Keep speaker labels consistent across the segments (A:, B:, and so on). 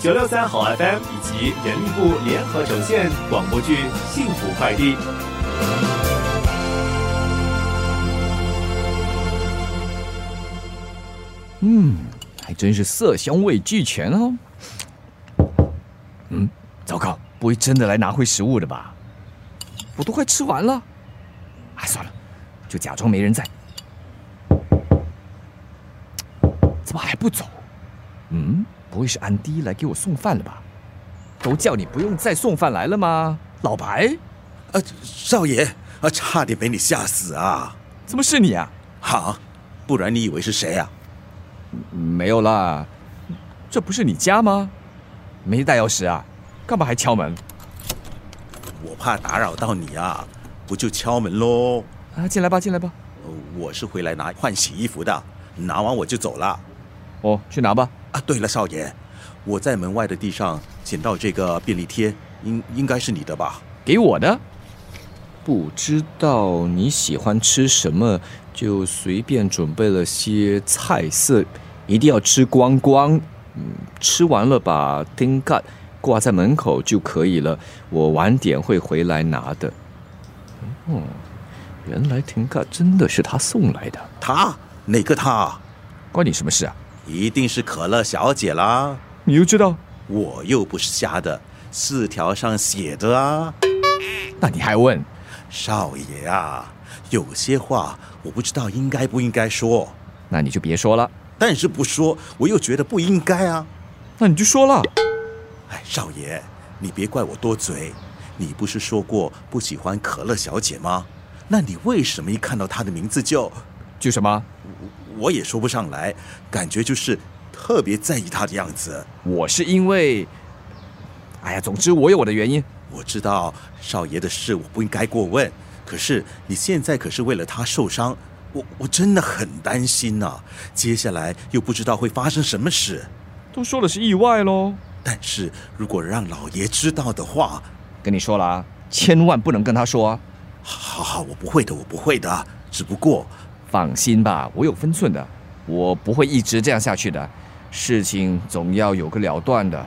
A: 九六三好 FM 以及人力部联合呈现广播剧《幸福快递》。
B: 嗯，还真是色香味俱全哦。嗯，糟糕，不会真的来拿回食物的吧？我都快吃完了。哎，算了，就假装没人在。怎么还不走？嗯，不会是安迪来给我送饭了吧？都叫你不用再送饭来了吗？老白，
C: 啊，少爷啊，差点被你吓死啊！
B: 怎么是你啊？
C: 好，不然你以为是谁啊？
B: 没有啦，这不是你家吗？没带钥匙啊？干嘛还敲门？
C: 我怕打扰到你啊，不就敲门喽？
B: 啊，进来吧，进来吧。
C: 呃我是回来拿换洗衣服的，拿完我就走了。
B: 哦，去拿吧。
C: 啊，对了，少爷，我在门外的地上捡到这个便利贴，应应该是你的吧？
B: 给我的。不知道你喜欢吃什么，就随便准备了些菜色，一定要吃光光。嗯，吃完了把丁盖挂在门口就可以了。我晚点会回来拿的。哦，原来丁盖真的是他送来的，
C: 他哪个他？
B: 关你什么事啊？
C: 一定是可乐小姐啦！
B: 你又知道？
C: 我又不是瞎的，字条上写的啊。
B: 那你还问？
C: 少爷啊，有些话我不知道应该不应该说，
B: 那你就别说了，
C: 但是不说我又觉得不应该啊。
B: 那你就说了。
C: 哎，少爷，你别怪我多嘴，你不是说过不喜欢可乐小姐吗？那你为什么一看到她的名字就……
B: 就什么？
C: 我也说不上来，感觉就是特别在意她的样子。
B: 我是因为，哎呀，总之我有我的原因。
C: 我知道少爷的事我不应该过问，可是你现在可是为了他受伤，我我真的很担心呐、接下来又不知道会发生什么事，
B: 都说了是意外喽。
C: 但是如果让老爷知道的话，
B: 跟你说了啊，千万不能跟他说、啊。
C: 好好，我不会的，我不会的。只不过
B: 放心吧，我有分寸的，我不会一直这样下去的。事情总要有个了断的。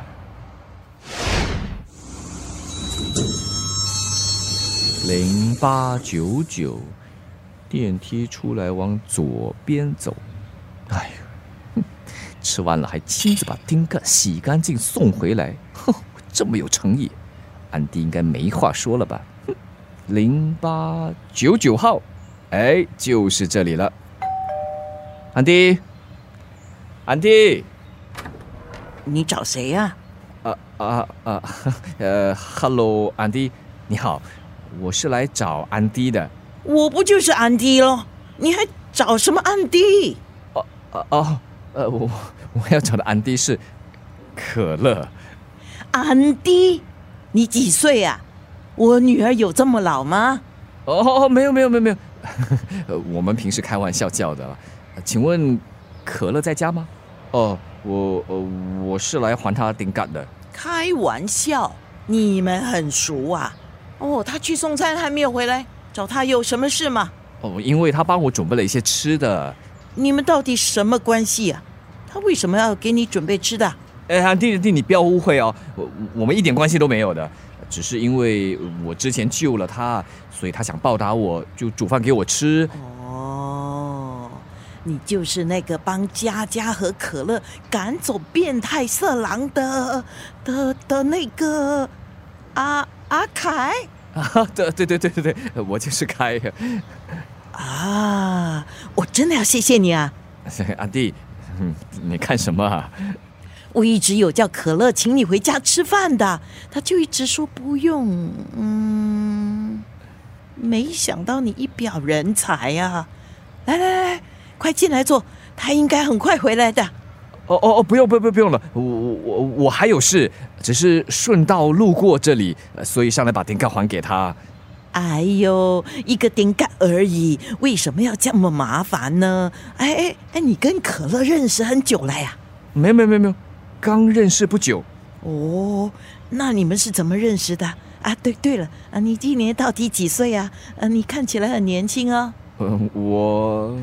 B: 零八九九，电梯出来往左边走。哎呀，哼吃完了还亲自把丁盖洗干净送回来，哼，这么有诚意，安迪应该没话说了吧？哼零八九九号，哎，就是这里了。安迪，安迪，
D: 你找谁呀、
B: 啊啊啊， 呃，Hello，安迪，你好，我是来找安迪的。
D: 我不就是安迪咯？你还找什么安迪？
B: 哦哦，呃，我 我要找的安迪是可乐。
D: 安迪，你几岁啊？我女儿有这么老吗？
B: 哦，没有没有没有没 有，呃，我们平时开玩笑叫的啦。呃请问可乐在家吗？哦，我呃我是来还他顶干的。
D: 开玩笑，你们很熟啊？哦，她去送餐还没有回来，找她有什么事吗？
B: 哦，因为他帮我准备了一些吃的。
D: 你们到底什么关系啊？她为什么要给你准备吃的？
B: 哎，安迪安迪，你不要误会哦，我我们一点关系都没有的，只是因为我之前救了他，所以他想报答我，就煮饭给我吃。
D: 哦，你就是那个帮佳佳和可乐赶走变态色狼的的的那个阿阿凯
B: 啊，对对对对对对，我就是开。
D: 啊！我真的要谢谢你啊！
B: 安迪，嗯你看什么啊？
D: 我一直有叫可乐请你回家吃饭的，他就一直说不用。嗯，没想到你一表人才啊！来来来，快进来坐，他应该很快回来的。
B: 哦哦哦，不用不用不用了，我我我我还有事，只是顺道路过这里，呃所以上来把顶盖还给他。
D: 哎呦，一个顶盖而已，为什么要这么麻烦呢？哎哎哎，你跟可乐认识很久了呀？
B: 没有没有没有没有，刚认识不久，
D: 哦，那你们是怎么认识的啊？对对了，啊，你今年到底几岁啊？呃、你看起来很年轻哦。
B: 嗯、我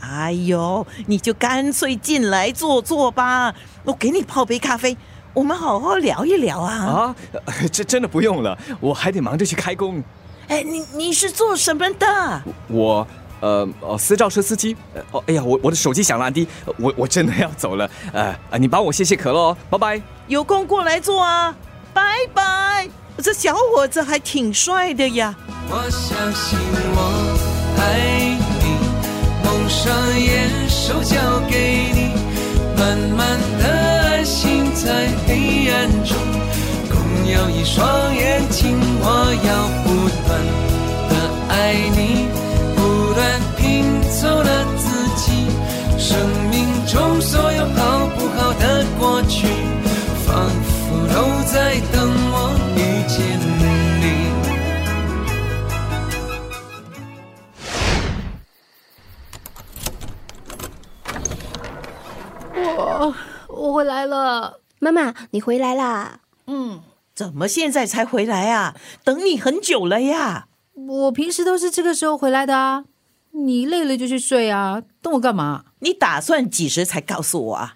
D: 哎呦，你就干脆进来坐坐吧，我给你泡杯咖啡。我们好好聊一聊啊。
B: 啊， 这真的不用了，我还得忙着去开工。
D: 哎，你你是做什么的？
B: 我呃哦，私照车司机。呃哦，哎呀，我我的手机响了，安迪，呃我我真的要走了。呃啊，你帮我谢谢可乐哦，拜拜。
D: 有空过来做啊，拜拜。这小伙子还挺帅的呀。
E: 我相信我爱你，蒙上眼，手交给你，慢慢的安心在黑暗中，共有一双眼睛，我要不断的爱你，不断拼凑了自己，生命中所有好不好的过去，仿佛都在等我遇见你。
F: 我回来了。
G: 妈妈，你回来啦！
D: 怎么现在才回来啊？等你很久了呀。
F: 我平时都是这个时候回来的啊。你累了就去睡啊，等我干嘛？
D: 你打算几时才告诉我啊？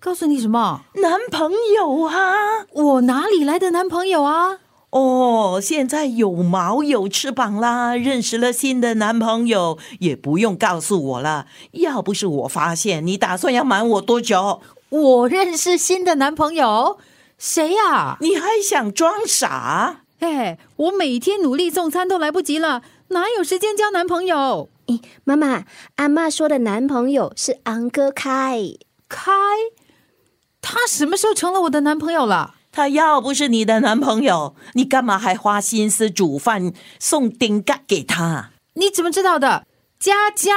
F: 告诉你什么？
D: 男朋友啊？
F: 我哪里来的男朋友啊？
D: 哦，现在有毛有翅膀啦，认识了新的男朋友，也不用告诉我了。要不是我发现你打算要瞒我多久，
F: 我认识新的男朋友，谁呀、
D: 你还想装傻？
F: 哎，我每天努力送餐都来不及了，哪有时间交男朋友？
G: 咦，妈妈，阿妈说的男朋友是昂哥开。
F: 开，他什么时候成了我的男朋友了？
D: 他要不是你的男朋友，你干嘛还花心思煮饭送顶盖给他？
F: 你怎么知道的？佳佳，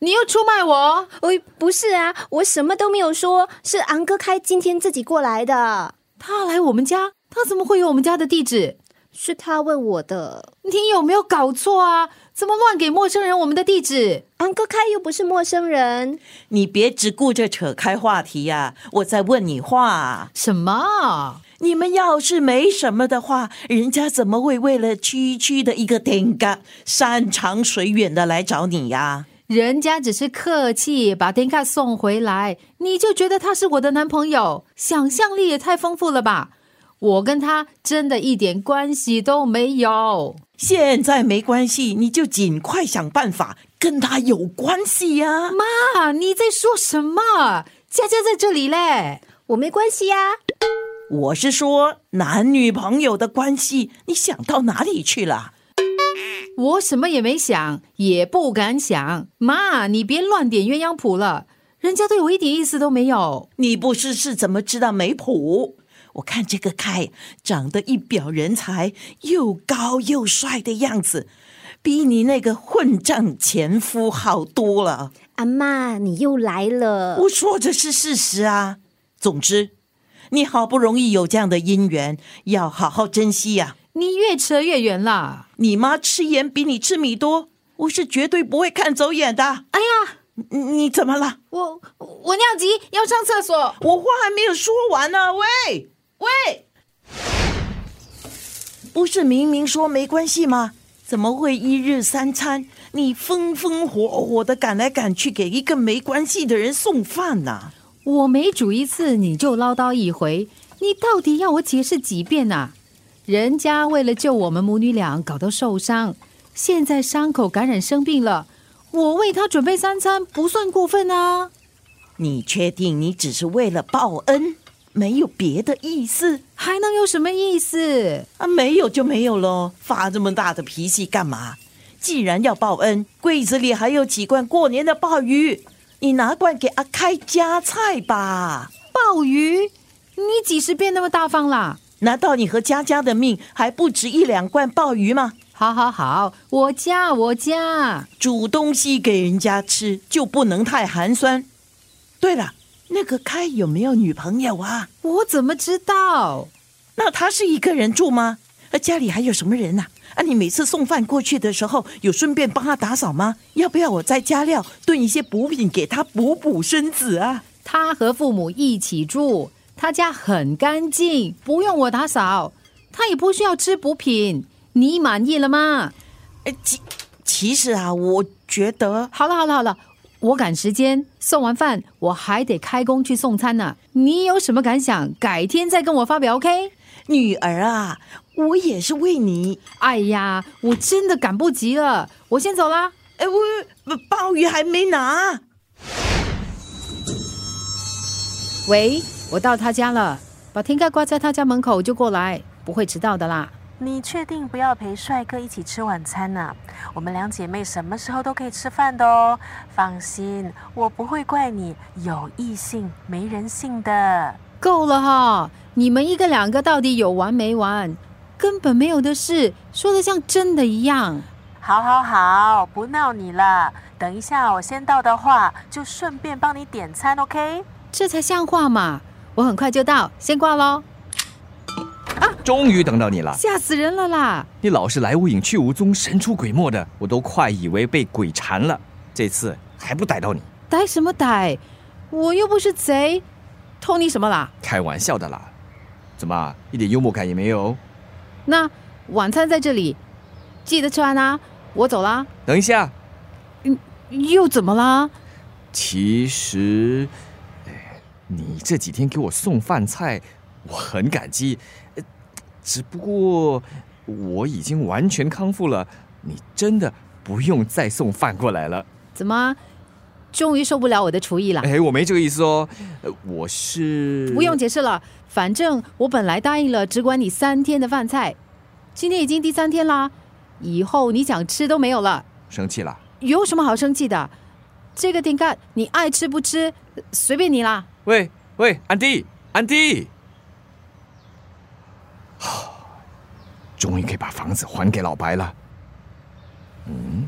F: 你又出卖我！
G: 哦，不是啊，我什么都没有说，是昂哥开今天自己过来的，
F: 他来我们家，他怎么会有我们家的地址？
G: 是他问我的。
F: 你有没有搞错啊？怎么乱给陌生人我们的地址？
G: 昂哥开又不是陌生人，
D: 你别只顾着扯开话题呀、我在问你话啊。
F: 什么？
D: 你们要是没什么的话，人家怎么会为了区区的一个顶盖，山长水远的来找你呀、
F: 人家只是客气，把 d 卡送回来，你就觉得他是我的男朋友，想象力也太丰富了吧！我跟他真的一点关系都没有。
D: 现在没关系，你就尽快想办法跟他有关系呀、
F: 妈，你在说什么？佳佳在这里嘞。
G: 我没关系呀、
D: 我是说男女朋友的关系，你想到哪里去了？
F: 我什么也没想，也不敢想。妈，你别乱点鸳鸯谱了，人家对我一点意思都没有。
D: 你不是是怎么知道没谱？我看这个凯长得一表人才，又高又帅的样子，比你那个混账前夫好多了。
G: 阿妈，你又来了。
D: 我说这是事实啊。总之，你好不容易有这样的姻缘，要好好珍惜呀、
F: 你越扯越远啦。
D: 你妈吃盐比你吃米多，我是绝对不会看走眼的。
F: 哎呀，
D: 你你怎么了？
F: 我我尿急，要上厕所。
D: 我话还没有说完呢、喂喂，不是明明说没关系吗？怎么会一日三餐你风风火火的赶来赶去给一个没关系的人送饭呐、
F: 我每煮一次你就唠叨一回，你到底要我解释几遍呐、人家为了救我们母女俩搞到受伤，现在伤口感染生病了，我为他准备三餐不算过分啊。
D: 你确定你只是为了报恩，没有别的意思
F: 还能有什么意思？
D: 啊？没有就没有喽，发这么大的脾气干嘛？既然要报恩，柜子里还有几罐过年的鲍鱼，你拿罐给阿开夹菜吧。
F: 鲍鱼，你几时变那么大方啦？
D: 难道你和佳佳的命还不值一两罐鲍鱼吗？
F: 好好好，我家我家，
D: 煮东西给人家吃就不能太寒酸。对了，那个开有没有女朋友啊？
F: 我怎么知道？
D: 那他是一个人住吗？呃，家里还有什么人呐、啊？你每次送饭过去的时候，有顺便帮他打扫吗？要不要我再加料炖一些补品给他补补身子啊？
F: 他和父母一起住，他家很干净，不用我打扫，他也不需要吃补品。你满意了吗？
D: 哎呃，其其实啊，我觉得
F: 好了好了好了，我赶时间，送完饭我还得开工去送餐呢、你有什么感想？改天再跟我发表，OK？
D: 女儿啊，我也是为你。
F: 哎呀，我真的赶不及了，我先走啦。
D: 哎，我我鲍鱼还没拿。
F: 喂，我到他家了，把天盖挂在他家门口就过来，不会迟到的啦。
H: 你确定不要陪帅哥一起吃晚餐呢、我们两姐妹什么时候都可以吃饭的哦。放心，我不会怪你，有异性没人性的。
F: 够了哈！你们一个两个到底有完没完？根本没有的事，说的像真的一样。
H: 好好好，不闹你了。等一下我先到的话，就顺便帮你点餐，OK？
F: 这才像话嘛！我很快就到，先挂喽。
B: 终于等到你了，
F: 吓死人了啦！
B: 你老是来无影去无踪，神出鬼没的，我都快以为被鬼缠了。这次还不逮到你，
F: 逮什么逮？我又不是贼，偷你什么啦？
B: 开玩笑的啦！怎么一点幽默感也没有？
F: 那晚餐在这里，记得吃完啊！我走啦。
B: 等一下，
F: 又怎么啦？
B: 其实，哎，你这几天给我送饭菜，我很感激。呃只不过我已经完全康复了，你真的不用再送饭过来了。
F: 怎么？终于受不了我的厨艺啦！
B: 哎，我没这个意思哦，呃我是
F: 不用解释了，反正我本来答应了只管你三天的饭菜，今天已经第三天啦，以后你想吃都没有了，
B: 生气了。
F: 有什么好生气的？这个顶干你爱吃不吃，呃随便你啦。
B: 喂喂，安迪，安迪， 终于可以把房子还给老白了。嗯，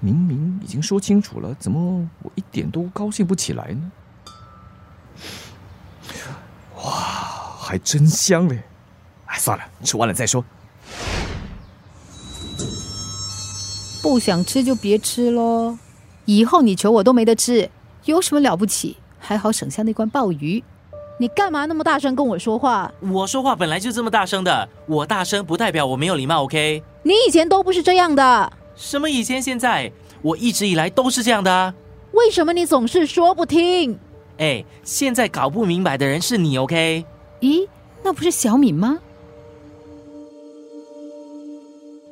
B: 明明已经说清楚了，怎么我一点都高兴不起来呢？哇，还真香嘞！哎，算了，吃完了再说。
F: 不想吃就别吃喽，以后你求我都没得吃，有什么了不起？还好省下那罐鲍鱼。
I: 你干嘛那么大声跟我说话？
J: 我说话本来就这么大声的，我大声不代表我没有礼貌，OK？
I: 你以前都不是这样的，
J: 什么以前现在，我一直以来都是这样的啊！
I: 为什么你总是说不听？
J: 哎，现在搞不明白的人是你，OK？
F: 咦，那不是小敏吗？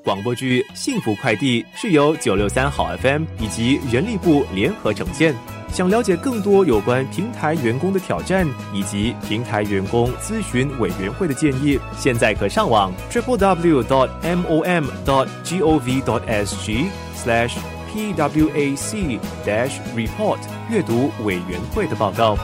A: 广播剧《幸福快递》是由九六三好 FM 以及人力部联合呈现。想了解更多有关平台员工的挑战以及平台员工咨询委员会的建议，现在可上网 triple w dot m o m dot g o v dot s g slash p w a c dash report 阅读委员会的报告。